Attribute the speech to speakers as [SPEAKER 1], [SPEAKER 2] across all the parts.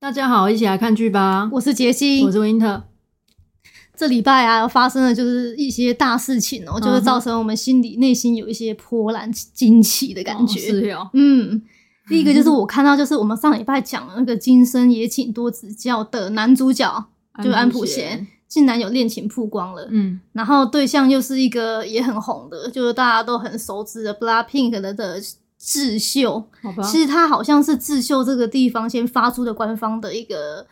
[SPEAKER 1] 大家好，一起来看剧吧！
[SPEAKER 2] 我是杰西
[SPEAKER 1] 我，是 Winter。
[SPEAKER 2] 这礼拜啊发生的就是一些大事情
[SPEAKER 1] 嗯
[SPEAKER 2] 哦、就是造成我们心里内心有一些波澜惊奇的感
[SPEAKER 1] 哦
[SPEAKER 2] 觉。
[SPEAKER 1] 是哦，
[SPEAKER 2] 嗯，第一个就是我看到，就是我们上礼拜讲的那个《今生也请多指教》的男主角，就是安普贤，竟然有恋情曝光了，
[SPEAKER 1] 嗯，
[SPEAKER 2] 然后对象又是一个也很红的，就是大家都很熟知的 BLACKPINK 的的智秀。
[SPEAKER 1] 好吧，
[SPEAKER 2] 其实他好像是智秀这个地方先发出的官方的一个，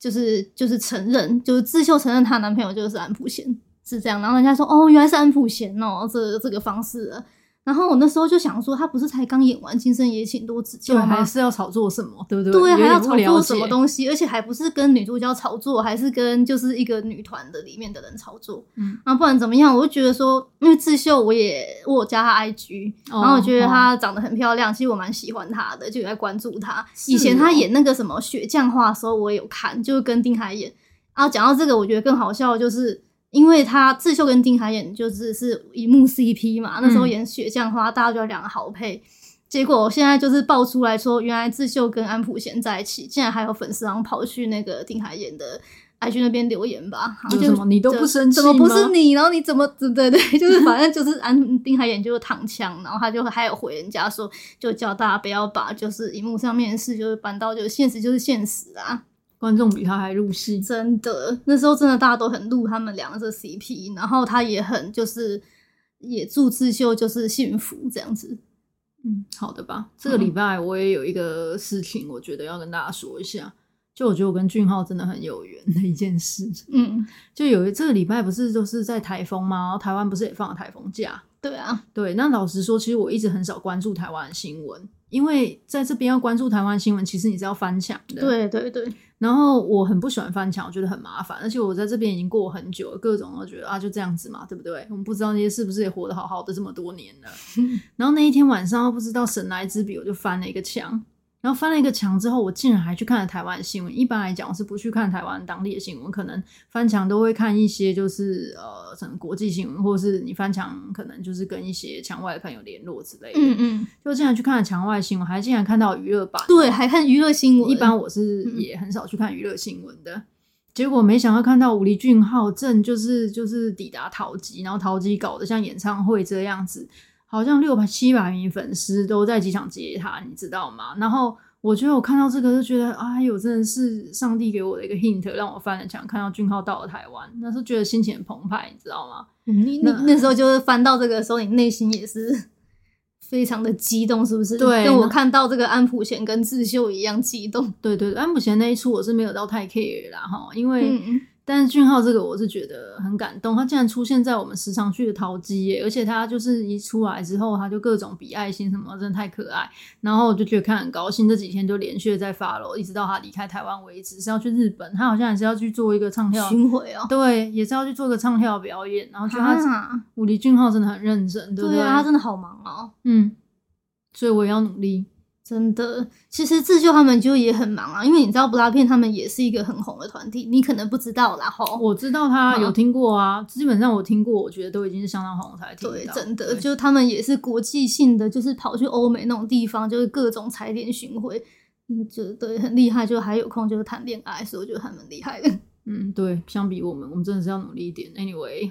[SPEAKER 2] 就是就是承认，就是智秀承认她男朋友就是安普贤是这样，然后人家说哦，原来是安普贤哦，这这个方式了。然后我那时候就想说，他不是才刚演完《今生也请多指教
[SPEAKER 1] 就》还
[SPEAKER 2] 吗？
[SPEAKER 1] 是要炒作什么，啊对不对？
[SPEAKER 2] 对啊，
[SPEAKER 1] 有
[SPEAKER 2] 还
[SPEAKER 1] 点
[SPEAKER 2] 要
[SPEAKER 1] 不
[SPEAKER 2] 炒
[SPEAKER 1] 了
[SPEAKER 2] 作什么
[SPEAKER 1] 解
[SPEAKER 2] 东西，而且还不是跟女主角炒作，还是跟就是一个女团的里面的人炒作。
[SPEAKER 1] 嗯，
[SPEAKER 2] 啊，不然怎么样？我就觉得说，因为智秀我也我有加她 IG，、
[SPEAKER 1] 哦
[SPEAKER 2] 然后我觉得她长得很漂亮，其实我蛮喜欢她的，就有在关注她。
[SPEAKER 1] 是
[SPEAKER 2] 以前
[SPEAKER 1] 哦
[SPEAKER 2] 她演那个什么《雪降花》的时候，我也有看，就是跟丁海演。然后讲到这个，我觉得更好笑，的就是因为她智秀跟丁海演就是是一幕 CP 嘛，那时候
[SPEAKER 1] 嗯
[SPEAKER 2] 演《雪降花》，大家就觉得两个好配。结果现在就是爆出来说，原来智秀跟安普贤在一起，竟然还有粉丝然后跑去那个丁海演的 IG 那边留言吧，然后
[SPEAKER 1] 有
[SPEAKER 2] 就
[SPEAKER 1] 什么你都
[SPEAKER 2] 就
[SPEAKER 1] 不生气
[SPEAKER 2] 怎么不是
[SPEAKER 1] 吗
[SPEAKER 2] 你？然后你怎么对对对，就是反正就是安丁海演就是躺枪，然后他就还有回人家说，就叫大家不要把就是荧幕上面的事就是搬到就是现实就是现实啊，
[SPEAKER 1] 观众比他还入戏，
[SPEAKER 2] 真的，那时候真的大家都很录他们两个这 CP，然后他也很就是也祝智秀就是幸福这样子。
[SPEAKER 1] 嗯，好的吧。这个礼拜我也有一个事情，我觉得要跟大家说一下。就我觉得我跟俊浩真的很有缘的一件事，
[SPEAKER 2] 嗯，
[SPEAKER 1] 就有一这个礼拜不是就是在台风吗？然后台湾不是也放了台风假？
[SPEAKER 2] 对啊，
[SPEAKER 1] 对，那老实说，其实我一直很少关注台湾的新闻，因为在这边要关注台湾新闻，其实你是要翻墙的。，
[SPEAKER 2] 对对对，
[SPEAKER 1] 然后我很不喜欢翻墙，我觉得很麻烦，而且我在这边已经过很久了，各种都觉得啊就这样子嘛，对不对？我们不知道那些是不是也活得好好的这么多年 了。然后那一天晚上，不知道神来之笔，我就翻了一个墙。然后翻了一个墙之后，我竟然还去看了台湾的新闻。一般来讲，我是不去看台湾当地的新闻，可能翻墙都会看一些，就是呃，可能国际新闻，或是你翻墙可能就是跟一些墙外的朋友联络之类的。
[SPEAKER 2] 嗯嗯，
[SPEAKER 1] 就竟然去看了墙外新闻，还竟然看到娱乐版。
[SPEAKER 2] 对，嗯还看娱乐新闻，
[SPEAKER 1] 一般我是也很少去看娱乐新闻的。结果没想到看到武力俊浩正就是就是抵达桃机，然后桃机搞得像演唱会这样子，好像六百七百名粉丝都在机场接他，你知道吗？然后我觉得我看到这个就觉得，哎呦，真的是上帝给我的一个 hint，让我翻了墙看到俊浩到了台湾，那时候觉得心情很澎湃，你知道吗？
[SPEAKER 2] 嗯你你
[SPEAKER 1] 那
[SPEAKER 2] 那时候就是翻到这个时候，你内心也是 非常的激动，是不是？
[SPEAKER 1] 对
[SPEAKER 2] 跟我
[SPEAKER 1] 那
[SPEAKER 2] 看到这个安普贤跟智秀一样激动。
[SPEAKER 1] 对对对，安普贤那一出我是没有到太 care 啦哈，因为、
[SPEAKER 2] 嗯，
[SPEAKER 1] 但是俊浩这个我是觉得很感动，他竟然出现在我们时常去的淘机耶，而且他就是一出来之后，他就各种比爱心什么，真的太可爱。然后我就觉得看很高兴，这几天就连续地在发了，一直到他离开台湾为止，是要去日本，他好像也是要去做一个唱跳，
[SPEAKER 2] 巡回哦。
[SPEAKER 1] 对，也是要去做个唱跳表演。然后啊觉得他
[SPEAKER 2] 啊，
[SPEAKER 1] 武力俊浩真的很认真，对不
[SPEAKER 2] 对啊，他真
[SPEAKER 1] 的，
[SPEAKER 2] 的好忙哦。
[SPEAKER 1] 嗯，所以我也要努力。
[SPEAKER 2] 真的，其实智秀他们就也很忙啊，因为你知道布拉片他们也是一个很红的团体，你可能不知道啦吼。
[SPEAKER 1] 我知道他
[SPEAKER 2] 好
[SPEAKER 1] 有听过啊，基本上我听过，我觉得都已经是相当红才听到。
[SPEAKER 2] 对，真的，
[SPEAKER 1] 对
[SPEAKER 2] 就他们也是国际性的，就是跑去欧美那种地方，就是各种踩点巡回，嗯，就对，很厉害，就还有空就是谈恋爱，所以我觉得还蛮 厉害的。
[SPEAKER 1] 嗯，对，相比我们，我们真的是要努力一点。Anyway，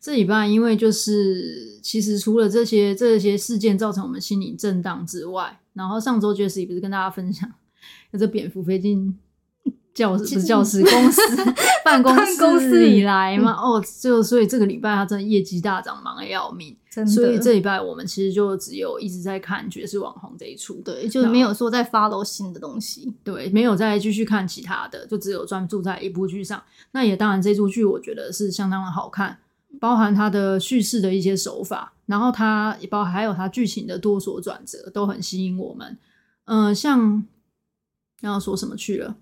[SPEAKER 1] 这 礼拜因为就是，其实除了这些这些事件造成我们心理震荡之外，然后上周 Jesse 不是跟大家分享，这蝙蝠飞进 教室不是教室公 司办公
[SPEAKER 2] 办公
[SPEAKER 1] 室
[SPEAKER 2] 室
[SPEAKER 1] 以来嘛，哦，就所以这个礼拜他真的业绩大涨，忙得要命。
[SPEAKER 2] 真
[SPEAKER 1] 所以这礼拜我们其实就只有一直在看爵士网红这一出，
[SPEAKER 2] 对，就没有说在 follow 新的东西。
[SPEAKER 1] 对，没有再继续看其他的，就只有专注在一部剧上。那也当然，这出剧我觉得是相当的好看，包含它的叙事的一些手法，然后它也包含还有它剧情的多所转折，都很吸引我们。嗯、像要说什么去了？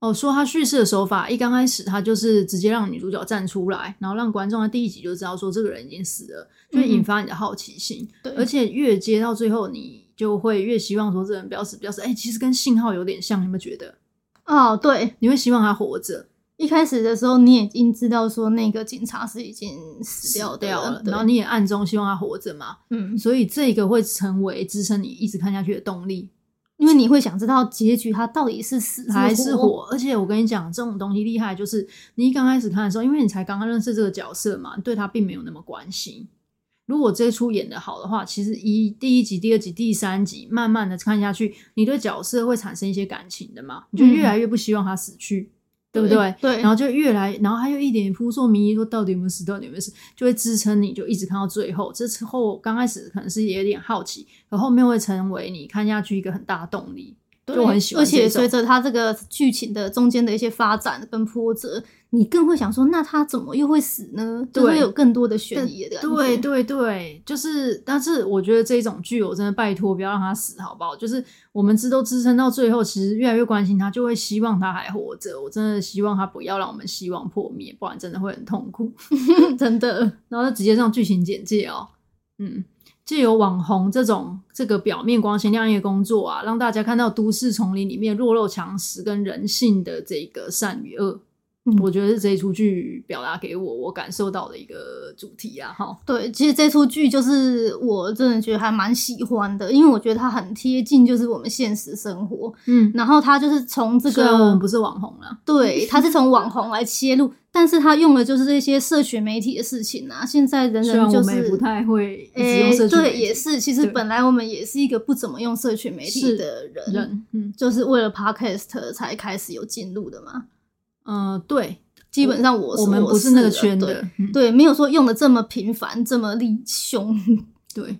[SPEAKER 1] 哦，说它叙事的手法，一刚开始它就是直接让女主角站出来，然后让观众在第一集就知道说这个人已经死了，就会引
[SPEAKER 2] 嗯
[SPEAKER 1] 发你的好奇心。
[SPEAKER 2] 对，
[SPEAKER 1] 而且越接到最后，你就会越希望说这人不要死，不要死。哎、其实跟信号有点像，你有没有觉得？
[SPEAKER 2] 哦，对，
[SPEAKER 1] 你会希望他活着，
[SPEAKER 2] 一开始的时候你已经知道说那个警察是已经死掉
[SPEAKER 1] 死
[SPEAKER 2] 的
[SPEAKER 1] 掉了，
[SPEAKER 2] 对
[SPEAKER 1] 然后你也暗中希望他活着嘛。
[SPEAKER 2] 嗯，
[SPEAKER 1] 所以这个会成为支撑你一直看下去的动力。
[SPEAKER 2] 因为你会想知道结局它到底是死
[SPEAKER 1] 还是火。而且我跟你讲，这种东西厉害就是你一刚开始看的时候，因为你才刚刚认识这个角色嘛，你对他并没有那么关心。如果这一出演的好的话，其实一第一集、第二集、第三集，慢慢的看下去，你对角色会产生一些感情的嘛，你就越来越不希望他死去，对不哎对？
[SPEAKER 2] 嗯对，
[SPEAKER 1] 然后就越来，然后他又一点扑朔迷离，说到底有没有死，到底有没有死，就会支撑你就一直看到最后。这之后刚开始可能是也有点好奇，可后面会成为你看下去一个很大的动力。
[SPEAKER 2] 对
[SPEAKER 1] 就我很喜欢
[SPEAKER 2] 而且
[SPEAKER 1] 这种
[SPEAKER 2] 随着它这个剧情的中间的一些发展跟波折，你更会想说，那他怎么又会死呢？就
[SPEAKER 1] 对
[SPEAKER 2] 会有更多的悬疑的感觉。
[SPEAKER 1] 对 对对，就是，但是我觉得这种剧，我真的拜托不要让他死，好不好？就是我们知都支撑到最后，其实越来越关心他，就会希望他还活着。我真的希望他不要让我们希望破灭，不然真的会很痛苦。
[SPEAKER 2] 真的，
[SPEAKER 1] 然后就直接上剧情简介哦。嗯，借由网红这种这个表面光鲜亮丽的工作啊，让大家看到都市丛林里面弱肉强食跟人性的这个善与恶。
[SPEAKER 2] 嗯
[SPEAKER 1] 我觉得是这一出剧表达给我我感受到的一个主题啊，哈。
[SPEAKER 2] 对，其实这出剧就是我真的觉得还蛮喜欢的，因为我觉得它很贴近就是我们现实生活。
[SPEAKER 1] 嗯，
[SPEAKER 2] 然后它就是从这
[SPEAKER 1] 虽然我们
[SPEAKER 2] 个
[SPEAKER 1] 不是哦网红啦，
[SPEAKER 2] 对，它是从网红来切入，但是它用的就是这些社群媒体的事情啊。现 在人
[SPEAKER 1] 虽然
[SPEAKER 2] 人
[SPEAKER 1] 我
[SPEAKER 2] 就
[SPEAKER 1] 们也
[SPEAKER 2] 是
[SPEAKER 1] 不太会一直
[SPEAKER 2] 诶、
[SPEAKER 1] 用社群媒
[SPEAKER 2] 对，
[SPEAKER 1] 体
[SPEAKER 2] 也是。其实
[SPEAKER 1] 对
[SPEAKER 2] 本来我们也是一个不怎么用社群媒体
[SPEAKER 1] 是
[SPEAKER 2] 的人，
[SPEAKER 1] 人，嗯
[SPEAKER 2] 就是为了 podcast 才开始有进入的嘛。
[SPEAKER 1] 嗯、呃对，
[SPEAKER 2] 基本上我
[SPEAKER 1] 我们不
[SPEAKER 2] 是
[SPEAKER 1] 那个
[SPEAKER 2] 了
[SPEAKER 1] 圈
[SPEAKER 2] 对
[SPEAKER 1] 的，嗯
[SPEAKER 2] 对，没有说用的这么频繁，这么利凶。
[SPEAKER 1] 对，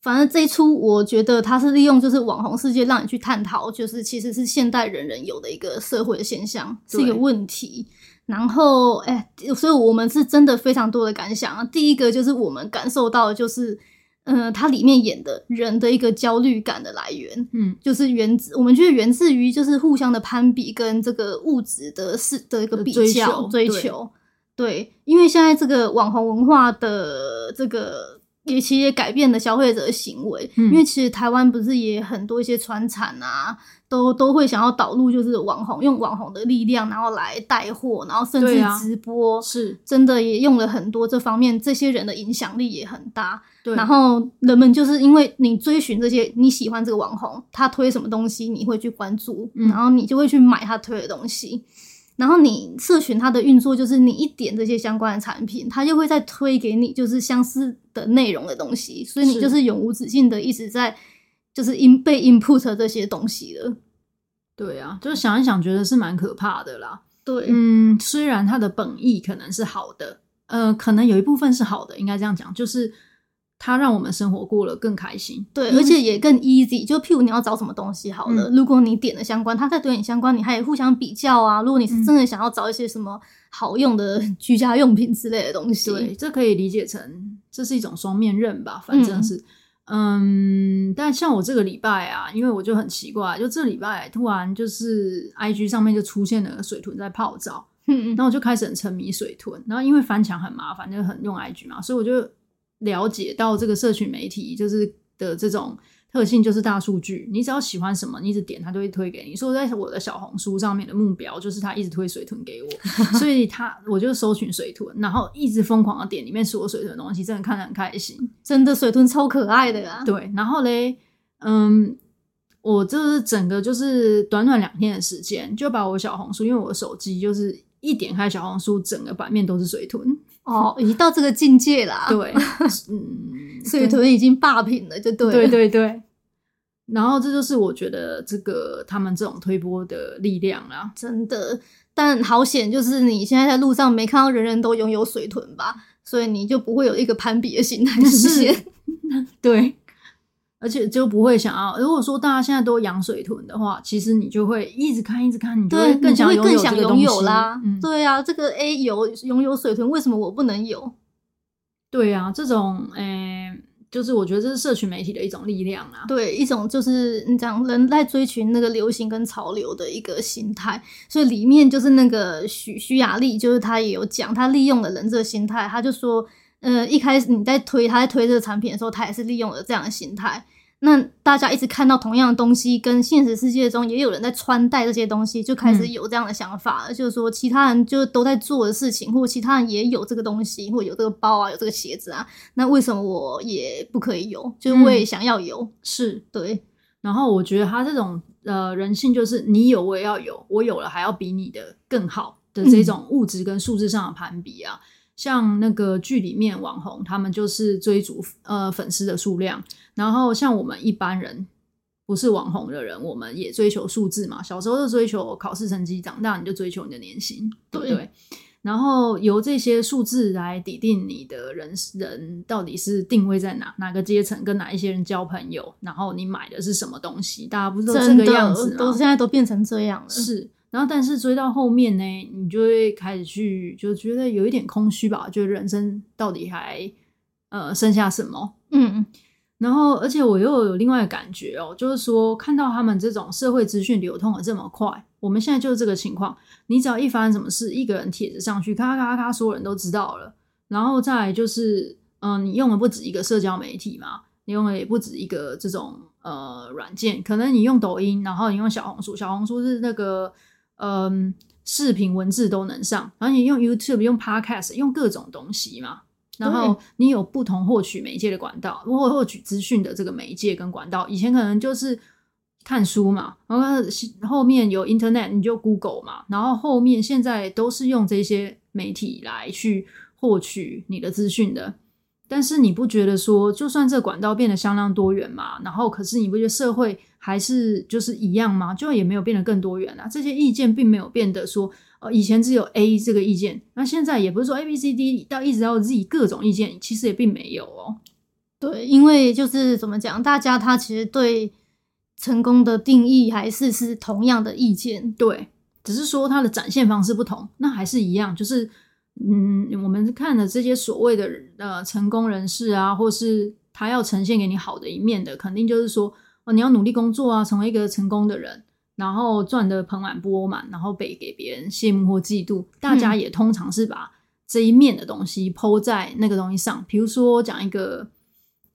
[SPEAKER 2] 反正这一出，我觉得它是利用就是网红世界，让你去探讨，就是其实是现代人人有的一个社会的现象，是一个
[SPEAKER 1] 对
[SPEAKER 2] 问题。然后，哎、所以我们是真的非常多的感想啊。第一个就是我们感受到的就是，呃，它里面演的人的一个焦虑感的来源，
[SPEAKER 1] 嗯
[SPEAKER 2] 就是源自我们觉得源自于就是互相的攀比跟这个物质的是的一个比
[SPEAKER 1] 追
[SPEAKER 2] 较
[SPEAKER 1] 求
[SPEAKER 2] 追
[SPEAKER 1] 对
[SPEAKER 2] 求，对，因为现在这个网红文化的这个也其实也改变了消费者的行为，
[SPEAKER 1] 嗯
[SPEAKER 2] 因为其实台湾不是也很多一些传产啊，都都会想要导入就是网红用网红的力量，然后来带货，然后甚
[SPEAKER 1] 对
[SPEAKER 2] 至
[SPEAKER 1] 啊
[SPEAKER 2] 直播，
[SPEAKER 1] 是，
[SPEAKER 2] 真的也用了很多这方面，这些人的影响力也很大，
[SPEAKER 1] 对，
[SPEAKER 2] 然后人们就是因为你追寻这些，你喜欢这个网红，他推什么东西，你会去关注，
[SPEAKER 1] 嗯
[SPEAKER 2] 然后你就会去买他推的东西。然后你社群它的运作就是你一点这些相关的产品，它就会再推给你就是相似的内容的东西，所以你
[SPEAKER 1] 是
[SPEAKER 2] 就是永无止境的一直在就是 in 被 input 这些东西了。
[SPEAKER 1] 对啊，就是想一想，觉得是蛮可怕的啦。
[SPEAKER 2] 对，
[SPEAKER 1] 嗯，虽然它的本意可能是好的，呃，可能有一部分是好的，应该这样讲，就是它让我们生活过了更开心。
[SPEAKER 2] 对，
[SPEAKER 1] 因为
[SPEAKER 2] 而且也更 easy。就譬如你要找什么东西好
[SPEAKER 1] 嗯
[SPEAKER 2] 了，如果你点了相关，他在对你相关，你还有互相比较啊。如果你
[SPEAKER 1] 嗯
[SPEAKER 2] 是真的想要找一些什么好用的居家用品之类的东西，
[SPEAKER 1] 对，这可以理解成这是一种双面刃吧，反正是。嗯但像我这个礼拜啊，因为我就很奇怪，就这礼拜突然就是 I G 上面就出现了水豚在泡澡，
[SPEAKER 2] 嗯，
[SPEAKER 1] 然后我就开始很沉迷水豚，然后因为翻墙很麻烦，就很用 IG 嘛，所以我就了解到这个社群媒体就是的这种特性就是大数据，你只要喜欢什么，你一直点它就会推给你。所以我在我的小红书上面的目标就是它一直推水豚给我，所以它我就搜寻水豚，然后一直疯狂的点里面所有水豚的东西，真的看得很开心。
[SPEAKER 2] 真的水豚超可爱的啊。
[SPEAKER 1] 对，然后嘞，嗯，我就是整个就是短短两天的时间，就把我小红书，因为我的手机就是一点开小红书，整个版面都是水豚。
[SPEAKER 2] 哦，已经到这个境界啦。，
[SPEAKER 1] 对，嗯，
[SPEAKER 2] 哦水豚已经霸屏了，就对了。
[SPEAKER 1] 对，对对 对。然后这就是我觉得这个他们这种推波的力量啦。
[SPEAKER 2] 真的。但好险，就是你现在在路上没看到人人都拥有水豚吧，所以你就不会有一个攀比的心态出
[SPEAKER 1] 是
[SPEAKER 2] 现。
[SPEAKER 1] 对，而且就不会想要。如果说大家现在都养水豚的话，其实你就会一直看，一直看，你就
[SPEAKER 2] 对，
[SPEAKER 1] 更想
[SPEAKER 2] 你
[SPEAKER 1] 拥
[SPEAKER 2] 就会
[SPEAKER 1] 这
[SPEAKER 2] 更想
[SPEAKER 1] 个
[SPEAKER 2] 拥
[SPEAKER 1] 东
[SPEAKER 2] 有
[SPEAKER 1] 西
[SPEAKER 2] 啦。
[SPEAKER 1] 嗯，
[SPEAKER 2] 对啊，这个 A 有拥有水豚，为什么我不能有？
[SPEAKER 1] 对啊，这种诶、就是我觉得这是社群媒体的一种力量啊。
[SPEAKER 2] 对，一种就是你讲人在追寻那个流行跟潮流的一个心态，所以里面就是那个徐徐雅丽，就是她也有讲，她利用了人这个心态，她就说，呃，一开始你在推她在推这个产品的时候，她也是利用了这样的心态。那大家一直看到同样的东西，跟现实世界中也有人在穿戴这些东西，就开始
[SPEAKER 1] 嗯
[SPEAKER 2] 有这样的想法了，就是说其他人就都在做的事情，或其他人也有这个东西，或有这个包啊，有这个
[SPEAKER 1] 嗯
[SPEAKER 2] 鞋子啊，那为什么我也不可以有？就是我也想要有，
[SPEAKER 1] 是，
[SPEAKER 2] 对，
[SPEAKER 1] 然后我觉得他这种呃人性，就是你有我也要有，我有了还要比你的更好的这种物质跟数字上的攀比啊。像那个剧里面网红，他们就是追逐呃粉丝的数量，然后像我们一般人不是网红的人，我们也追求数字嘛。小时候就追求考试成绩，长大你就追求你的年薪，对不对？
[SPEAKER 2] 对
[SPEAKER 1] 然后由这些数字来底定你的人人到底是定位在哪哪个阶层，跟哪一些人交朋友，然后你买的是什么东西，大家不是都这
[SPEAKER 2] 真
[SPEAKER 1] 个
[SPEAKER 2] 的
[SPEAKER 1] 样子吗？
[SPEAKER 2] 都现在都变成这样了。
[SPEAKER 1] 是。然后，但是追到后面呢，你就会开始去就觉得有一点空虚吧，觉得人生到底还呃剩下什么？
[SPEAKER 2] 嗯，
[SPEAKER 1] 然后，而且我又有另外的感觉哦，就是说，看到他们这种社会资讯流通的这么快，我们现在就是这个情况。你只要一发生什么事，一个人帖子上去，咔咔咔咔，所有人都知道了。然后再来就是，嗯、你用的不止一个社交媒体嘛，你用的也不止一个这种呃软件，可能你用抖音，然后你用小红书，小红书是那个嗯、视频文字都能上，然后你用 YouTube、用 Podcast、用各种东西嘛，然后你有不同获取媒介的管道，或获取资讯的这个媒介跟管道。以前可能就是看书嘛，然后是后面有 Internet 你就 Google 嘛，然后后面现在都是用这些媒体来去获取你的资讯的。但是你不觉得说，就算这管道变得相当多元嘛，然后可是你不觉得社会还是就是一样吗？就也没有变得更多元啊，这些意见并没有变得说呃，以前只有 A 这个意见，那现在也不是说 A、B、C、D 到一直到 Z 各种意见，其实也并没有哦。
[SPEAKER 2] 对，因为就是怎么讲，大家他其实对成功的定义还是是同样的意见。
[SPEAKER 1] 对，只是说它的展现方式不同，那还是一样，就是嗯，我们看的这些所谓的呃成功人士啊，或是他要呈现给你好的一面的，肯定就是说哦，你要努力工作啊，成为一个成功的人。然后赚得盆满钵满，然后被给别人羡慕或嫉妒，大家也通常是把这一面的东西抛在那个东西上。比如说讲一个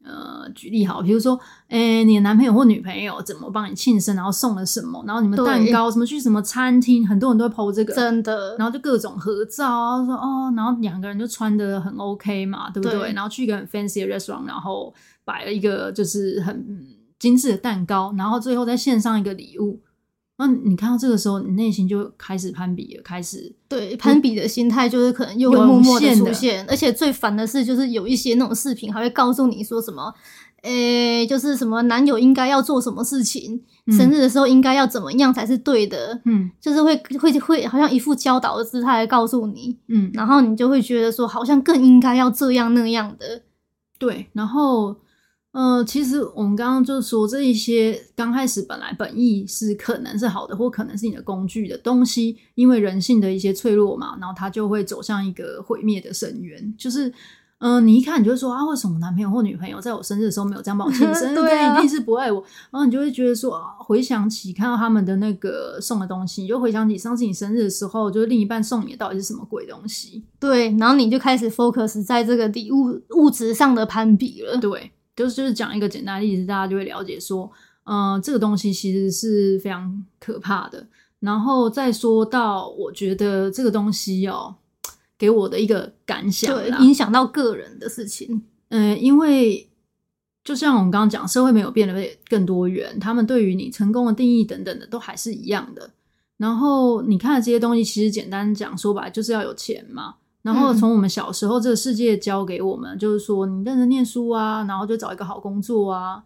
[SPEAKER 1] 呃举例好，比如说诶、你的男朋友或女朋友怎么帮你庆生，然后送了什么，然后你们
[SPEAKER 2] 对
[SPEAKER 1] 蛋糕什么去什么餐厅，很多人都会抛这个。
[SPEAKER 2] 真的，
[SPEAKER 1] 然后就各种合照啊，说哦，然后两个人就穿的很 OK 嘛，对不对？
[SPEAKER 2] 对
[SPEAKER 1] 然后去一个很 fancy 的 restaurant，然后摆了一个就是很嗯精致的蛋糕，然后最后再献上一个礼物。那你看到这个时候，你内心就开始攀比了，开始
[SPEAKER 2] 对攀比的心态就是可能又会
[SPEAKER 1] 有
[SPEAKER 2] 默默的
[SPEAKER 1] 无限
[SPEAKER 2] 出
[SPEAKER 1] 的
[SPEAKER 2] 现，而且最烦的是，就是有一些那种视频还会告诉你说什么，诶、就是什么男友应该要做什么事情，
[SPEAKER 1] 嗯
[SPEAKER 2] 生日的时候应该要怎么样才是对的，
[SPEAKER 1] 嗯
[SPEAKER 2] 就是会会会好像一副教导的姿态来告诉你，
[SPEAKER 1] 嗯，
[SPEAKER 2] 然后你就会觉得说好像更应该要这样那样的，
[SPEAKER 1] 对，然后，呃，其实我们刚刚就说这一些刚开始本来本意是可能是好的，或可能是你的工具的东西，因为人性的一些脆弱嘛，然后它就会走向一个毁灭的深渊。就是，嗯、你一看你就会说啊，为什么男朋友或女朋友在我生日的时候没有这样帮我庆生？
[SPEAKER 2] 对啊
[SPEAKER 1] 一定是不爱我。然后你就会觉得说，啊回想起看到他们的那个送的东西，你就回想起上次你生日的时候，就是另一半送你的到底是什么鬼东西？
[SPEAKER 2] 对，然后你就开始 focus 在这个礼物物质上的攀比了，
[SPEAKER 1] 对，就是就是讲一个简单的例子，大家就会了解说，嗯、这个东西其实是非常可怕的。然后再说到，我觉得这个东西哦，给我的一个感想
[SPEAKER 2] 对，
[SPEAKER 1] 啦，
[SPEAKER 2] 影响到个人的事情，
[SPEAKER 1] 嗯，因为就像我们刚刚讲，社会没有变得更多元，他们对于你成功的定义等等的都还是一样的。然后你看的这些东西，其实简单讲说白了就是要有钱嘛。然后
[SPEAKER 2] 嗯
[SPEAKER 1] 从我们小时候，这个世界教给我们，就是说你认真念书啊，然后就找一个好工作啊。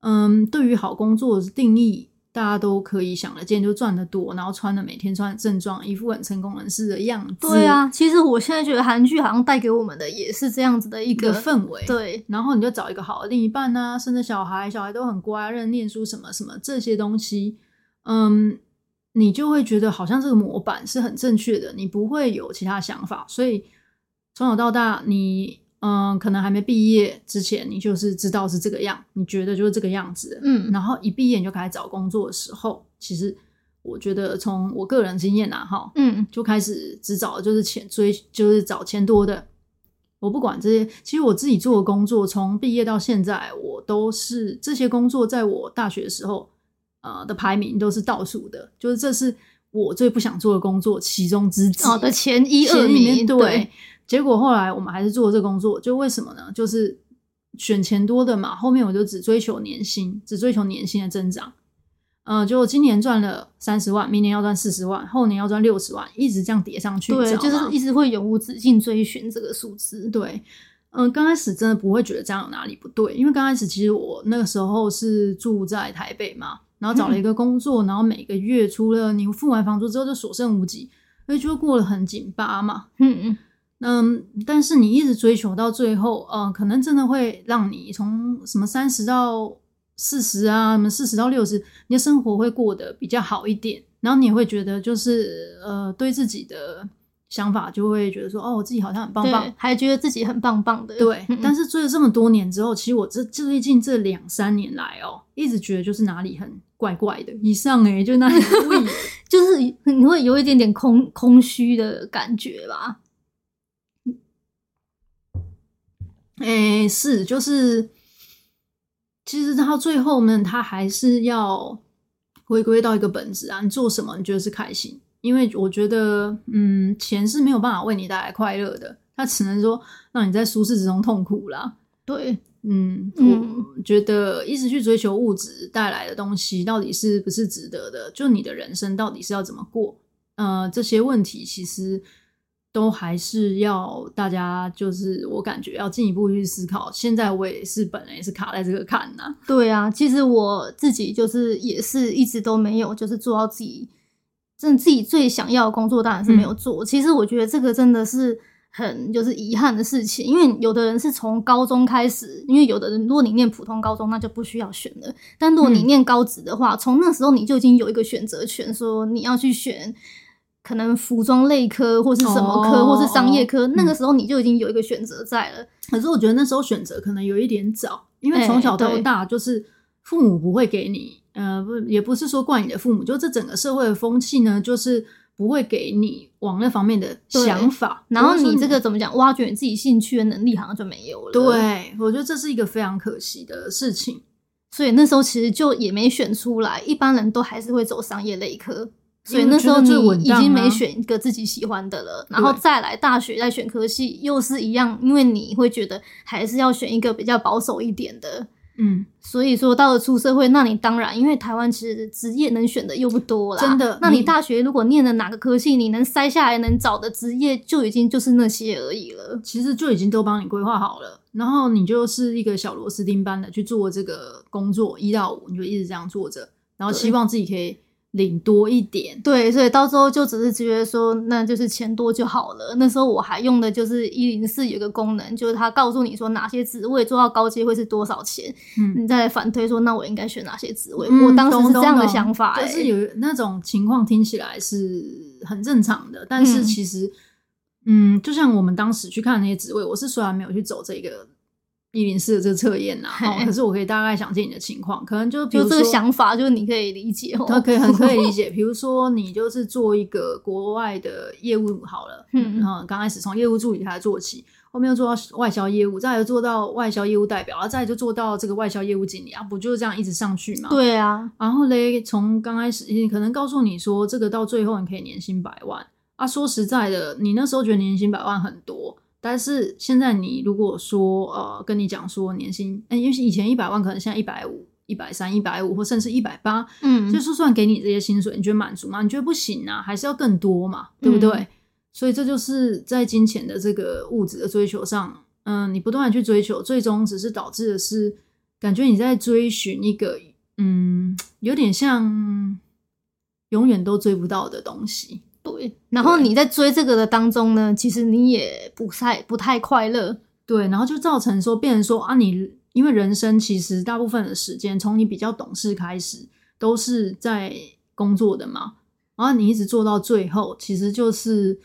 [SPEAKER 1] 嗯，对于好工作的定义，大家都可以想得见，就赚得多，然后穿的每天穿得正装，一副很成功人士的样子。
[SPEAKER 2] 对，啊，其实我现在觉得韩剧好像带给我们的也是这样子的一
[SPEAKER 1] 一个
[SPEAKER 2] 个
[SPEAKER 1] 氛围。
[SPEAKER 2] 对，
[SPEAKER 1] 然后你就找一个好的另一半呐、生生小孩，小孩都很乖，认真念书什么什么这些东西，嗯，你就会觉得好像这个模板是很正确的，你不会有其他想法。所以从小到大，你嗯，可能还没毕业之前，你就是知道是这个样，你觉得就是这个样子。
[SPEAKER 2] 嗯，
[SPEAKER 1] 然后一毕业你就开始找工作的时候，其实我觉得从我个人经验啊，哈，
[SPEAKER 2] 嗯，
[SPEAKER 1] 就开始只找就是钱追，就是找钱多的。我不管这些，其实我自己做的工作，从毕业到现在，我都是这些工作，在我大学的时候，呃的排名都是倒数的，就是这是我最不想做的工作其中之几。
[SPEAKER 2] 哦的前一
[SPEAKER 1] 前
[SPEAKER 2] 二
[SPEAKER 1] 里面
[SPEAKER 2] 名，
[SPEAKER 1] 对，结果后来我们还是做这个工作，就为什么呢？就是选钱多的嘛，后面我就只追求年薪，只追求年薪的增长。嗯、呃，就今年赚了三十万，明年要赚四十万，后年要赚六十万，一直这样叠上去，你知
[SPEAKER 2] 对，
[SPEAKER 1] 道
[SPEAKER 2] 就是
[SPEAKER 1] 吗
[SPEAKER 2] 一直会永无止境追寻这个数字。
[SPEAKER 1] 对，嗯，刚开始真的不会觉得这样有哪里不对，因为刚开始其实我那个时候是住在台北嘛，然后找
[SPEAKER 2] 嗯
[SPEAKER 1] 了一个工作，然后每个月除了你付完房租之后就所剩无几，所以就过得很紧巴嘛。
[SPEAKER 2] 嗯嗯，
[SPEAKER 1] 嗯，但是你一直追求到最后，呃，可能真的会让你从什么三十到四十啊，什么四十到六十，你的生活会过得比较好一点，然后你也会觉得就是呃，对自己的想法就会觉得说，哦，我自己好像很棒棒
[SPEAKER 2] 对，，还觉得自己很棒棒的。
[SPEAKER 1] 对，
[SPEAKER 2] 嗯嗯
[SPEAKER 1] 但是追了这么多年之后，其实我这最近这两三年来哦，一直觉得就是哪里很怪怪的，以上哎、就哪里不 一
[SPEAKER 2] 就是你会有一点点空空虚的感觉吧？
[SPEAKER 1] 哎、是就是，其实到最后呢，他还是要回归到一个本质啊，你做什么你觉得是开心，因为我觉得嗯，钱是没有办法为你带来快乐的，它只能说让你在舒适之中痛苦啦。
[SPEAKER 2] 对，
[SPEAKER 1] 嗯，
[SPEAKER 2] 嗯
[SPEAKER 1] 我觉得一直去追求物质带来的东西，到底是不是值得的？就你的人生到底是要怎么过？呃，这些问题其实都还是要大家，就是我感觉要进一步去思考。现在我也是本来也是卡在这个坎呐、
[SPEAKER 2] 对啊，其实我自己就是也是一直都没有，就是做到自己真的自己最想要的工作，当然是
[SPEAKER 1] 嗯
[SPEAKER 2] 没有做。其实我觉得这个真的是很就是遗憾的事情，因为有的人是从高中开始，因为有的人如果你念普通高中，那就不需要选了；但如果你
[SPEAKER 1] 嗯
[SPEAKER 2] 念高职的话，从、那时候你就已经有一个选择权，说你要去选。可能服装类科或是什么科，
[SPEAKER 1] 哦
[SPEAKER 2] 或是商业科，
[SPEAKER 1] 哦
[SPEAKER 2] 那个时候你就已经有一个选择在了。
[SPEAKER 1] 可是我觉得那时候选择可能有一点早，因为
[SPEAKER 2] 哎
[SPEAKER 1] 从小到
[SPEAKER 2] 对
[SPEAKER 1] 大就是父母不会给你，呃，不也不是说怪你的父母，就这整个社会的风气呢，就是不会给你往那方面的
[SPEAKER 2] 对
[SPEAKER 1] 想法。
[SPEAKER 2] 然后
[SPEAKER 1] 不会说
[SPEAKER 2] 你这个怎么讲，挖掘你自己兴趣的能力好像就没有
[SPEAKER 1] 嗯
[SPEAKER 2] 了。
[SPEAKER 1] 对，我觉得这是一个非常可惜的事情。
[SPEAKER 2] 所以那时候其实就也没选出来，一般人都还是会走商业类科。所以
[SPEAKER 1] 因为
[SPEAKER 2] 那时候
[SPEAKER 1] 觉得最
[SPEAKER 2] 你
[SPEAKER 1] 稳
[SPEAKER 2] 已
[SPEAKER 1] 当
[SPEAKER 2] 经
[SPEAKER 1] 啊嗯
[SPEAKER 2] 没选一个自己喜欢的了，然后
[SPEAKER 1] 对
[SPEAKER 2] 再来大学再选科系又是一样，因为你会觉得还是要选一个比较保守一点的。
[SPEAKER 1] 嗯，
[SPEAKER 2] 所以说到了出社会，那你当然因为台湾其实职业能选的又不多啦，
[SPEAKER 1] 真的
[SPEAKER 2] 那你
[SPEAKER 1] 你
[SPEAKER 2] 大学如果念的哪个科系，你能筛下来能找的职业就已经就是那些而已了。
[SPEAKER 1] 其实就已经都帮你规划好了，然后你就是一个小螺丝钉般的去做这个工作，一到五你就一直这样做着，然后
[SPEAKER 2] 对
[SPEAKER 1] 希望自己可以领多一点。
[SPEAKER 2] 对，所以到时候就只是觉得说，那就是钱多就好了。那时候我还用的就是一零四有一个功能，就是它告诉你说哪些职位做到高阶会是多少钱，
[SPEAKER 1] 嗯，
[SPEAKER 2] 你再来反推说那我应该选哪些职位。
[SPEAKER 1] 嗯
[SPEAKER 2] 我当时
[SPEAKER 1] 懂
[SPEAKER 2] 是这
[SPEAKER 1] 懂
[SPEAKER 2] 样的
[SPEAKER 1] 懂
[SPEAKER 2] 想法、欸，
[SPEAKER 1] 就是有那种情况听起来是很正常的，但是
[SPEAKER 2] 嗯
[SPEAKER 1] 其实，嗯就像我们当时去看那些职位，我是虽然没有去走这个。一零四的这测 验呐，哦
[SPEAKER 2] 嘿
[SPEAKER 1] 可是我可以大概想见你的情况，可能就比
[SPEAKER 2] 就
[SPEAKER 1] 如
[SPEAKER 2] 这个
[SPEAKER 1] 说
[SPEAKER 2] 想法，就是你可以理解哦。
[SPEAKER 1] 他可以 很可以理解。比如说，你就是做一个国外的业务好了，
[SPEAKER 2] 嗯
[SPEAKER 1] 然后刚开始从业务助理开始做起，后面又做到外销业务，再来做到外销业务代表，然后啊再来就做到这个外销业务经理啊，不就是这样一直上去嘛？。
[SPEAKER 2] 对啊，
[SPEAKER 1] 然后嘞，从刚开始可能告诉你说，这个到最后你可以年薪百万啊。说实在的，你那时候觉得年薪百万很多。但是现在你如果说呃跟你讲说年薪，哎、因为以前一百万，可能现在一百五、一百三、一百五，或甚至一百八，
[SPEAKER 2] 嗯，
[SPEAKER 1] 就是算给你这些薪水，你觉得满足吗？你觉得不行啊，还是要更多嘛，对不对？
[SPEAKER 2] 嗯
[SPEAKER 1] 所以这就是在金钱的这个物质的追求上，嗯，你不断的去追求，最终只是导致的是，感觉你在追寻一个，嗯，有点像永远都追不到的东西。
[SPEAKER 2] 对。然后你在追这个的当中呢，其实你也不太不太快乐。
[SPEAKER 1] 对，然后就造成说，变成说啊你，因为人生其实大部分的时间，从你比较懂事开始，都是在工作的嘛。然后你一直做到最后，其实就是，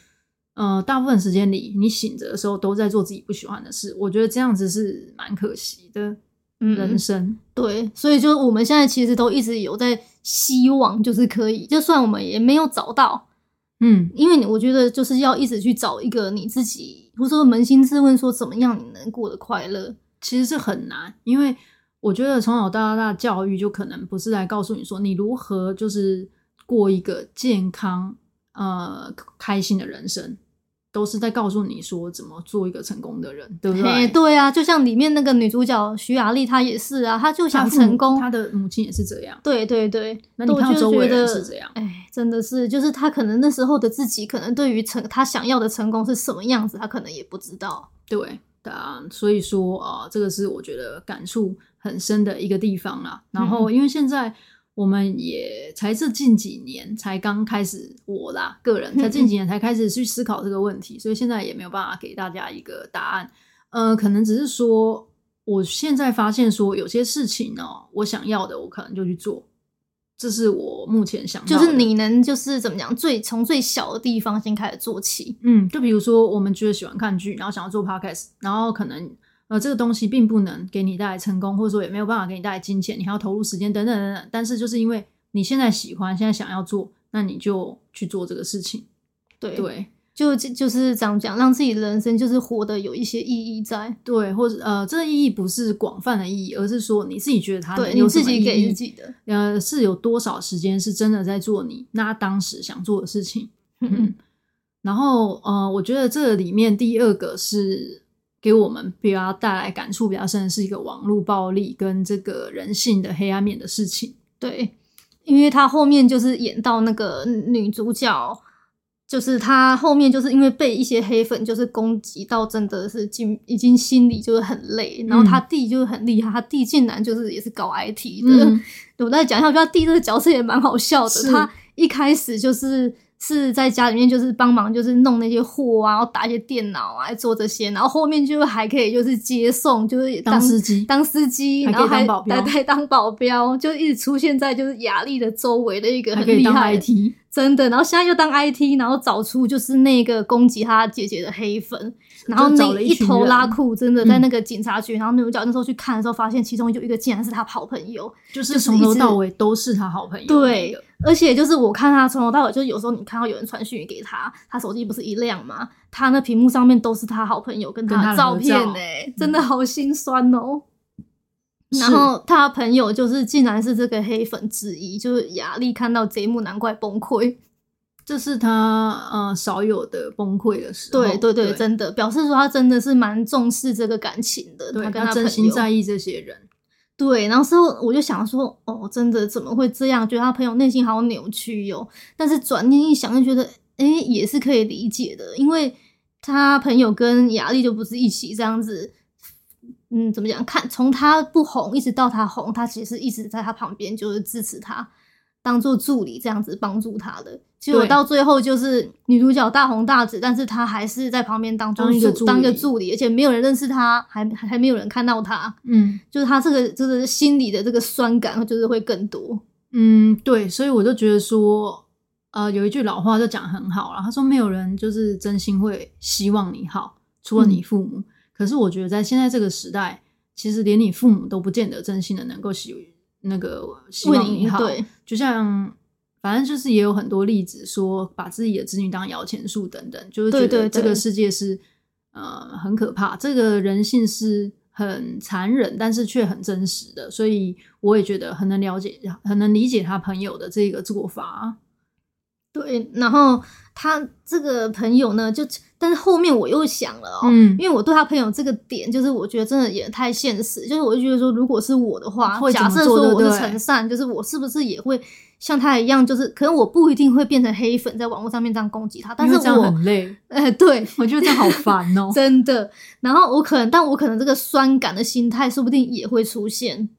[SPEAKER 1] 呃，大部分时间里，你醒着的时候都在做自己不喜欢的事。我觉得这样子是蛮可惜的
[SPEAKER 2] 嗯
[SPEAKER 1] 人，生。
[SPEAKER 2] 对，所以就是我们现在其实都一直有在希望，就是可以，就算我们也没有找到，
[SPEAKER 1] 嗯，
[SPEAKER 2] 因为你我觉得就是要一直去找一个你自己，或者说扪心自问，说怎么样你能过得快乐？
[SPEAKER 1] 其实是很难，因为我觉得从小到大的教育就可能不是来告诉你说你如何就是过一个健康呃开心的人生，都是在告诉你说怎么做一个成功的人，对不
[SPEAKER 2] 哎，
[SPEAKER 1] 对？
[SPEAKER 2] 对啊，就像里面那个女主角徐雅丽，她也是啊，她就
[SPEAKER 1] 他
[SPEAKER 2] 想成功。
[SPEAKER 1] 他的母亲也是这样。
[SPEAKER 2] 对对对，
[SPEAKER 1] 那你
[SPEAKER 2] 我
[SPEAKER 1] 看到
[SPEAKER 2] 就
[SPEAKER 1] 周围
[SPEAKER 2] 觉
[SPEAKER 1] 人
[SPEAKER 2] 得
[SPEAKER 1] 是这样，
[SPEAKER 2] 哎，真的是，就是她可能那时候的自己，可能对于成她想要的成功是什么样子，她可能也不知道。
[SPEAKER 1] 对对啊，所以说啊、呃这个是我觉得感触很深的一个地方啦。然
[SPEAKER 2] 嗯
[SPEAKER 1] 后，因为现在我们也才是近几年才刚开始，我啦个
[SPEAKER 2] 嗯
[SPEAKER 1] 人才近几年才开始去思考这个问题，所以现在也没有办法给大家一个答案。呃，可能只是说，我现在发现说有些事情哦，我想要的我可能就去做，这是我目前想
[SPEAKER 2] 就
[SPEAKER 1] 到
[SPEAKER 2] 是
[SPEAKER 1] 的
[SPEAKER 2] 你能就是怎么讲，最从最小的地方先开始做起。
[SPEAKER 1] 嗯，就比如说我们觉得喜欢看剧，然后想要做 podcast，然后可能呃这个东西并不能给你带来成功，或者说也没有办法给你带来金钱，你还要投入时间等等等等。但是就是因为你现在喜欢，现在想要做，那你就去做这个事情。
[SPEAKER 2] 对，
[SPEAKER 1] 对
[SPEAKER 2] 就就就是怎么讲，让自己的人生就是活得有一些意义在。
[SPEAKER 1] 对，或者呃这个意义不是广泛的意义，而是说你自己觉得它啊
[SPEAKER 2] 对，
[SPEAKER 1] 有
[SPEAKER 2] 你
[SPEAKER 1] 什
[SPEAKER 2] 自
[SPEAKER 1] 么
[SPEAKER 2] 己
[SPEAKER 1] 意
[SPEAKER 2] 给
[SPEAKER 1] 义
[SPEAKER 2] 自己的。
[SPEAKER 1] 呃是有多少时间是真的在做你那当时想做的事情。嗯，然后呃，我觉得这里面第二个是给我们比较带来感触比较深，的是一个网络暴力跟这个人性的黑暗面的事情。
[SPEAKER 2] 对，因为他后面就是演到那个女主角，就是她后面就是因为被一些黑粉就是攻击到，真的是进已经心里就是很累。然后他弟就是很厉害，他弟竟然就是也是搞 IT 的。
[SPEAKER 1] 嗯
[SPEAKER 2] 我再讲一下，我觉得他弟这个角色也蛮好笑
[SPEAKER 1] 是
[SPEAKER 2] 的。他一开始就是是在家里面就是帮忙就是弄那些货啊，然后打一些电脑啊，做这些，然后后面就还可以就是接送，就是也
[SPEAKER 1] 当司机
[SPEAKER 2] 当司机，
[SPEAKER 1] 还
[SPEAKER 2] 然
[SPEAKER 1] 可以
[SPEAKER 2] 后还
[SPEAKER 1] 当保镖
[SPEAKER 2] 还还当保镖，就一直出现在就是雅丽的周围的一个
[SPEAKER 1] 还
[SPEAKER 2] 很
[SPEAKER 1] 可以
[SPEAKER 2] 厉
[SPEAKER 1] 当
[SPEAKER 2] 害的
[SPEAKER 1] IT，
[SPEAKER 2] 真的。然后现在又当 IT，然后找出就是那个攻击他姐姐的黑粉，然后
[SPEAKER 1] 就找
[SPEAKER 2] 那
[SPEAKER 1] 了
[SPEAKER 2] 一
[SPEAKER 1] 群
[SPEAKER 2] 头
[SPEAKER 1] 人
[SPEAKER 2] 拉，裤，真的
[SPEAKER 1] 嗯
[SPEAKER 2] 在那个警察局。然后女主角那时候去看的时候，发现其中有一个竟然是他好朋友，
[SPEAKER 1] 就是
[SPEAKER 2] 就是
[SPEAKER 1] 从
[SPEAKER 2] 一
[SPEAKER 1] 头
[SPEAKER 2] 直
[SPEAKER 1] 到尾都是他好朋友。
[SPEAKER 2] 对，而且就是我看他从头到尾，就是有时候你看到有人传讯息给他，他手机不是一亮吗？他那屏幕上面都是他好朋友跟
[SPEAKER 1] 跟他
[SPEAKER 2] 他
[SPEAKER 1] 的
[SPEAKER 2] 照片
[SPEAKER 1] 合照嗯
[SPEAKER 2] 呢、真的好心酸哦、
[SPEAKER 1] 是
[SPEAKER 2] 然后他朋友就是竟然是这个黑粉之一，就是雅丽看到这一幕，难怪崩溃。
[SPEAKER 1] 这是他呃少有的崩溃的时候。
[SPEAKER 2] 对对对，
[SPEAKER 1] 对，
[SPEAKER 2] 真的表示说他真的是蛮重视这个感情的，
[SPEAKER 1] 对
[SPEAKER 2] 他跟
[SPEAKER 1] 他
[SPEAKER 2] 朋
[SPEAKER 1] 真心
[SPEAKER 2] 友。
[SPEAKER 1] 在意这些人。
[SPEAKER 2] 对，然后之后我就想说，哦，真的怎么会这样？觉得他朋友内心好扭曲哟、但是转念一想，就觉得，哎，也是可以理解的，因为他朋友跟雅丽就不是一起这样子，嗯，怎么讲？看从他不红一直到他红，他其实一直在他旁边，就是支持他，当做助理这样子帮助他的。结果
[SPEAKER 1] 对
[SPEAKER 2] 到最后就是女主角大红大紫，但是她还是在旁边当做
[SPEAKER 1] 当一个助
[SPEAKER 2] 助当一个
[SPEAKER 1] 理
[SPEAKER 2] 助理，而且没有人认识她，还还还没有人看到她。
[SPEAKER 1] 嗯，
[SPEAKER 2] 就是他这个就是心里的这个酸感，就是会更多。
[SPEAKER 1] 嗯，对，所以我就觉得说，呃，有一句老话就讲得很好啦，他说没有人就是真心会希望你好，除了
[SPEAKER 2] 嗯
[SPEAKER 1] 你父母。可是我觉得在现在这个时代，其实连你父母都不见得真心的能够希那个呃希
[SPEAKER 2] 为
[SPEAKER 1] 望
[SPEAKER 2] 你
[SPEAKER 1] 好。
[SPEAKER 2] 对，
[SPEAKER 1] 就像反正就是也有很多例子说，把自己的子女当摇钱树等等，就是觉
[SPEAKER 2] 对对
[SPEAKER 1] 得这
[SPEAKER 2] 对
[SPEAKER 1] 个世界是呃很可怕，这个人性是很残忍，但是却很真实的，所以我也觉得很能了解，很能理解他朋友的这个做法。
[SPEAKER 2] 对，然后他这个朋友呢，就但是后面我又想了哦、
[SPEAKER 1] 嗯，
[SPEAKER 2] 因为我对他朋友这个点，就是我觉得真的也太现实，就是我就觉得说，如果是我的话
[SPEAKER 1] 会，怎么
[SPEAKER 2] 假设
[SPEAKER 1] 做对
[SPEAKER 2] 说
[SPEAKER 1] 不
[SPEAKER 2] 我是
[SPEAKER 1] 对
[SPEAKER 2] 陈善，就是我是不是也会像他一样，就是可能我不一定会变成黑粉，在网络上面这样攻击他，但
[SPEAKER 1] 因
[SPEAKER 2] 是
[SPEAKER 1] 为这样
[SPEAKER 2] 我
[SPEAKER 1] 很， 累，
[SPEAKER 2] 哎，对，。
[SPEAKER 1] 我觉得这样好烦哦
[SPEAKER 2] 真的。然后我可能，但我可能这个酸感的心态，说不定也会出现。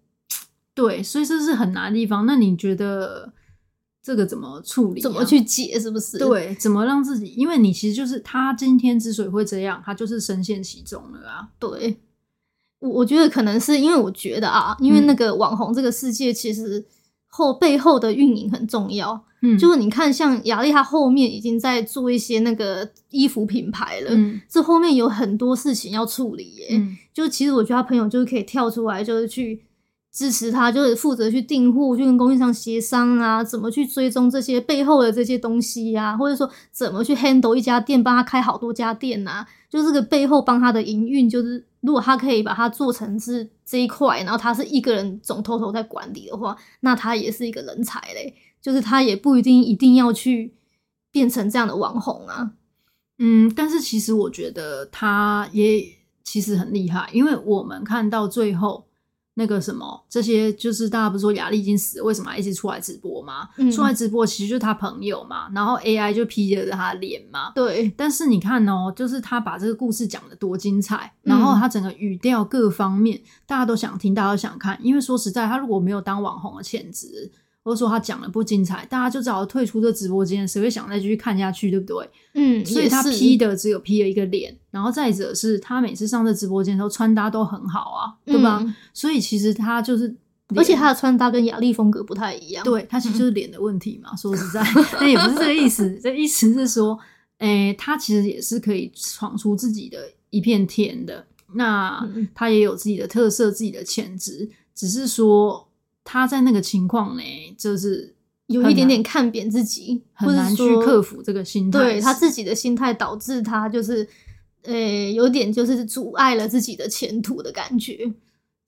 [SPEAKER 1] 对，所以这是很难的地方。那你觉得这个怎么处理啊、
[SPEAKER 2] 怎么去解，是不是？
[SPEAKER 1] 对，怎么让自己？因为你其实就是他今天之所以会这样，他就是深陷其中了啊。
[SPEAKER 2] 对，我我觉得可能是因为我觉得啊，因为
[SPEAKER 1] 嗯
[SPEAKER 2] 那个网红这个世界其实后背后的运营很重要。
[SPEAKER 1] 嗯，
[SPEAKER 2] 就是你看，像雅丽她后面已经在做一些那个衣服品牌了，
[SPEAKER 1] 嗯
[SPEAKER 2] 这后面有很多事情要处理耶。
[SPEAKER 1] 嗯
[SPEAKER 2] 就其实我觉得他朋友就是可以跳出来，就是去支持他，就是负责去订货，去跟供应商协商啊，怎么去追踪这些背后的这些东西呀、或者说怎么去 handle 一家店，帮他开好多家店啊，就这个背后帮他的营运，就是如果他可以把它做成是这一块，然后他是一个人总偷偷在管理的话，那他也是一个人才嘞，就是他也不一定一定要去变成这样的网红啊，
[SPEAKER 1] 嗯，但是其实我觉得他也其实很厉害，因为我们看到最后那个什么，这些就是大家不是说雅丽已经死了，为什么还一直出来直播吗？
[SPEAKER 2] 嗯
[SPEAKER 1] 出来直播其实就是他朋友嘛，然后 AI 就披着他的脸嘛。
[SPEAKER 2] 对，
[SPEAKER 1] 但是你看哦，就是他把这个故事讲的多精彩，然后他整个语调各方面，大家都想听，大家都想看。因为说实在，他如果没有当网红的潜质，或者说他讲的不精彩，大家就只好退出这直播间，谁会想再继续看下去，对不对？
[SPEAKER 2] 嗯，
[SPEAKER 1] 所以他
[SPEAKER 2] 也是
[SPEAKER 1] P 的只有 P 了一个脸，然后再者是他每次上这直播间的时候穿搭都很好啊，对吧？
[SPEAKER 2] 嗯
[SPEAKER 1] 所以其实他就是脸，
[SPEAKER 2] 而且他的穿搭跟雅丽风格不太一样。，
[SPEAKER 1] 对他其实
[SPEAKER 2] 嗯
[SPEAKER 1] 就是脸的问题嘛。说实在，那也不是这个意思，这意思是说，诶、他其实也是可以闯出自己的一片天的。那、
[SPEAKER 2] 嗯
[SPEAKER 1] 他也有自己的特色、自己的潜质，只是说他在那个情况呢，就是
[SPEAKER 2] 有
[SPEAKER 1] 很
[SPEAKER 2] 一点
[SPEAKER 1] 难
[SPEAKER 2] 点看扁自己，
[SPEAKER 1] 很难去
[SPEAKER 2] 或者说
[SPEAKER 1] 克服这个心态
[SPEAKER 2] 对他
[SPEAKER 1] 是
[SPEAKER 2] 自己的心态导致他就是，呃、有点就是阻碍了自己的前途的感觉。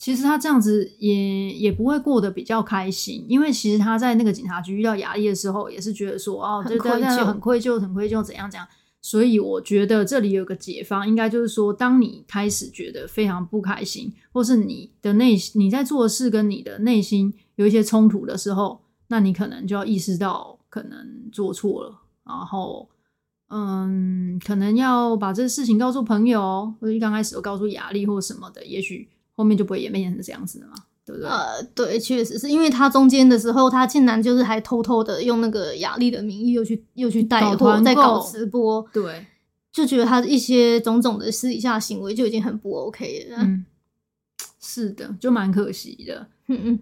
[SPEAKER 1] 其实他这样子也也不会过得比较开心，因为其实他在那个警察局遇到雅丽的时候，也是觉得说哦，
[SPEAKER 2] 很
[SPEAKER 1] 就大家
[SPEAKER 2] 愧疚
[SPEAKER 1] 很愧疚，很愧疚，怎样怎样。所以我觉得这里有个解方，应该就是说，当你开始觉得非常不开心，或是你的内你在做的事跟你的内心有一些冲突的时候，那你可能就要意识到可能做错了，然后嗯，可能要把这事情告诉朋友，或者一刚开始就告诉雅丽或什么的，也许后面就不会演变成这样子了嘛，对不对？
[SPEAKER 2] 呃，对，确实是因为他中间的时候，他竟然就是还偷偷的用那个雅丽的名义又去又去带
[SPEAKER 1] 搞
[SPEAKER 2] 货，
[SPEAKER 1] 团
[SPEAKER 2] 在搞
[SPEAKER 1] 购
[SPEAKER 2] 直播，
[SPEAKER 1] 对，
[SPEAKER 2] 就觉得他一些种种的私底下行为就已经很不 OK 了。
[SPEAKER 1] 嗯，是的，就蛮可惜的。
[SPEAKER 2] 嗯嗯。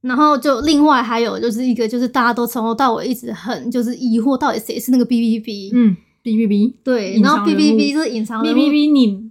[SPEAKER 2] 然后就另外还有就是一个就是大家都从头到尾一直很就是疑惑到底谁是那个 B B B，
[SPEAKER 1] 嗯，B B B
[SPEAKER 2] 对，
[SPEAKER 1] 隐
[SPEAKER 2] 然后
[SPEAKER 1] 藏
[SPEAKER 2] B
[SPEAKER 1] 人
[SPEAKER 2] B
[SPEAKER 1] 物
[SPEAKER 2] B 就是隐藏
[SPEAKER 1] B
[SPEAKER 2] 人
[SPEAKER 1] B
[SPEAKER 2] 物，
[SPEAKER 1] B，你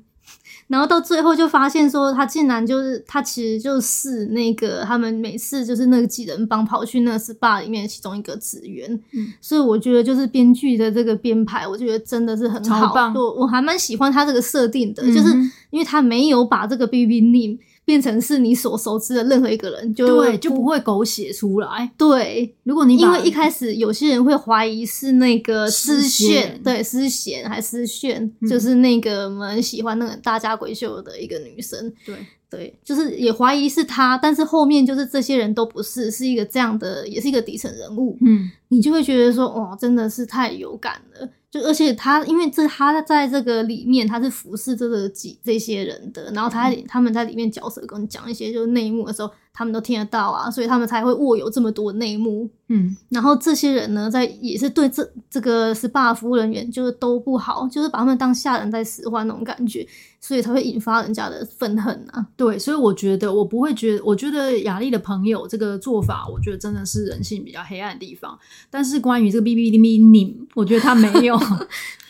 [SPEAKER 2] 然后到最后就发现说他竟然就是他其实就是那个他们每次就是那个几人帮跑去那个 SPA 里面的其中一个职员，
[SPEAKER 1] 嗯
[SPEAKER 2] 所以我觉得就是编剧的这个编排，我觉得真的是很好，
[SPEAKER 1] 超棒
[SPEAKER 2] 我我还蛮喜欢他这个设定的，就是
[SPEAKER 1] 嗯哼
[SPEAKER 2] 因为他没有把这个 B B name 变成是你所熟知的任何一个人，就
[SPEAKER 1] 对就不会狗血出来。
[SPEAKER 2] 对，
[SPEAKER 1] 如果你
[SPEAKER 2] 因
[SPEAKER 1] 把
[SPEAKER 2] 为一开始有些人会怀疑是那个
[SPEAKER 1] 诗
[SPEAKER 2] 诗炫，
[SPEAKER 1] 贤
[SPEAKER 2] 对，诗贤还诗炫，
[SPEAKER 1] 嗯
[SPEAKER 2] 就是那个我们喜欢那个大家闺秀的一个女生，
[SPEAKER 1] 对
[SPEAKER 2] 对，就是也怀疑是她，但是后面就是这些人都不是，是一个这样的，也是一个底层人物，
[SPEAKER 1] 嗯
[SPEAKER 2] 你就会觉得说，哦，真的是太有感了。就而且他，因为这他在这个里面，他是服侍这个几这些人的，然后他
[SPEAKER 1] 嗯
[SPEAKER 2] 他们在里面角色跟我们讲一些就是内幕的时候，他们都听得到啊，所以他们才会握有这么多内幕。
[SPEAKER 1] 嗯，
[SPEAKER 2] 然后这些人呢，在也是对这这个 SPA 服务人员就是都不好，就是把他们当下人在使唤那种感觉，所以才会引发人家的愤恨啊。
[SPEAKER 1] 对，所以我觉得我不会觉得，我觉得雅丽的朋友这个做法，我觉得真的是人性比较黑暗的地方。但是关于这个 B B B 你，我觉得他没 有，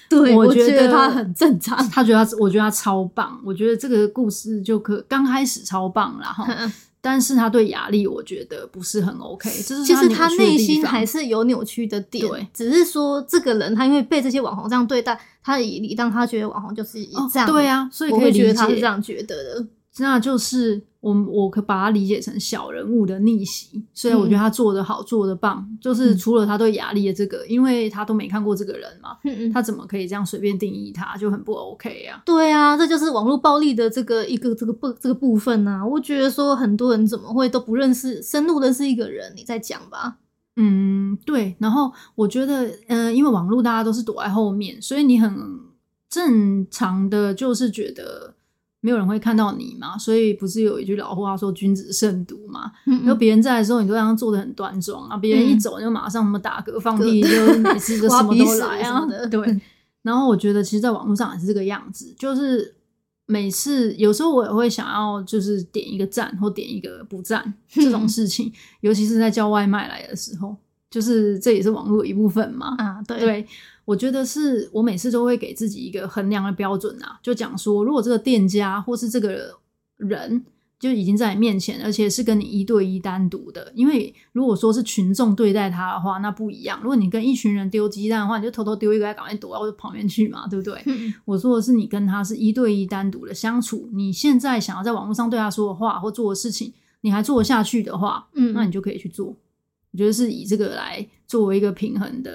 [SPEAKER 2] 对
[SPEAKER 1] 我
[SPEAKER 2] 我觉
[SPEAKER 1] 得
[SPEAKER 2] 他很正常。
[SPEAKER 1] 他觉得他，我觉得他超棒，我觉得这个故事就可刚开始超棒啦。哈。
[SPEAKER 2] 嗯
[SPEAKER 1] 但是他对雅丽，我觉得不是很 OK，这是
[SPEAKER 2] 其实
[SPEAKER 1] 他
[SPEAKER 2] 他
[SPEAKER 1] 扭曲的
[SPEAKER 2] 内
[SPEAKER 1] 地
[SPEAKER 2] 心
[SPEAKER 1] 方
[SPEAKER 2] 还是有扭曲的点
[SPEAKER 1] 对，
[SPEAKER 2] 只是说这个人他因为被这些网红这样对待，他也理当他觉得网红就是
[SPEAKER 1] 哦
[SPEAKER 2] 这样、
[SPEAKER 1] 对，啊，所以
[SPEAKER 2] 我
[SPEAKER 1] 可以
[SPEAKER 2] 会
[SPEAKER 1] 理
[SPEAKER 2] 觉
[SPEAKER 1] 解
[SPEAKER 2] 得他是这样觉得的。
[SPEAKER 1] 那就是我我可把它理解成小人物的逆袭，所以我觉得他做得好，做得棒，就是除了他对雅丽的这个，因为他都没看过这个人嘛，
[SPEAKER 2] 嗯嗯，
[SPEAKER 1] 他怎么可以这样随便定义他，就很不 OK 啊。
[SPEAKER 2] 对啊，这就是网络暴力的这个一个这个部这个部分啊。我觉得说很多人怎么会都不认识深入认识一个人，你在讲吧。
[SPEAKER 1] 嗯，对。然后我觉得，嗯、因为网络大家都是躲在后面，所以你很正常的就是觉得没有人会看到你嘛，所以不是有一句老话说“君子慎独”嘛？
[SPEAKER 2] 嗯
[SPEAKER 1] 然后别人在的时候，你都让他做的很端庄啊，别人一
[SPEAKER 2] 嗯
[SPEAKER 1] 走就马上什么打嗝、放
[SPEAKER 2] 嗝
[SPEAKER 1] 屁，就 每次就
[SPEAKER 2] 挖
[SPEAKER 1] 什么
[SPEAKER 2] 鼻
[SPEAKER 1] 都
[SPEAKER 2] 屎
[SPEAKER 1] 来
[SPEAKER 2] 什
[SPEAKER 1] 啊
[SPEAKER 2] 么的， 嗯
[SPEAKER 1] 对。然后我觉得，其实，在网络上也是这个样子，就是每次有时候我也会想要，就是点一个赞或点一个不 赞这种事情，尤其是在叫外卖来的时候，就是这也是网络的一部分嘛。
[SPEAKER 2] 啊，对，
[SPEAKER 1] 对，我觉得是我每次都会给自己一个衡量的标准啊，就讲说，如果这个店家或是这个人就已经在你面前，而且是跟你一对一单独的，因为如果说是群众对待他的话，那不一样。如果你跟一群人丢鸡蛋的话，你就偷偷丢一个，赶快躲到旁边去嘛，对不对？
[SPEAKER 2] 嗯
[SPEAKER 1] 我说的是你跟他是一对一单独的相处，你现在想要在网络上对他说的话或做的事情，你还做得下去的话，
[SPEAKER 2] 嗯，
[SPEAKER 1] 那你就可以去做。我觉得是以这个来作为一个平衡的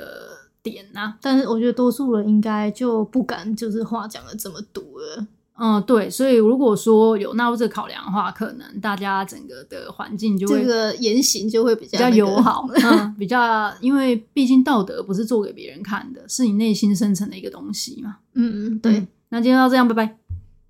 [SPEAKER 1] 点啊呐、
[SPEAKER 2] 但是我觉得多数人应该就不敢，就是话讲的这么毒了。
[SPEAKER 1] 嗯，对，所以如果说有纳入这个考量的话，可能大家整个的环境就
[SPEAKER 2] 这
[SPEAKER 1] 会
[SPEAKER 2] 个言行就会比
[SPEAKER 1] 比
[SPEAKER 2] 较、，
[SPEAKER 1] 较友好嗯，比较，因为毕竟道德不是做给别人看的，是你内心深层的一个东西嘛。
[SPEAKER 2] 嗯，对。
[SPEAKER 1] 嗯，那今天到这样，拜拜。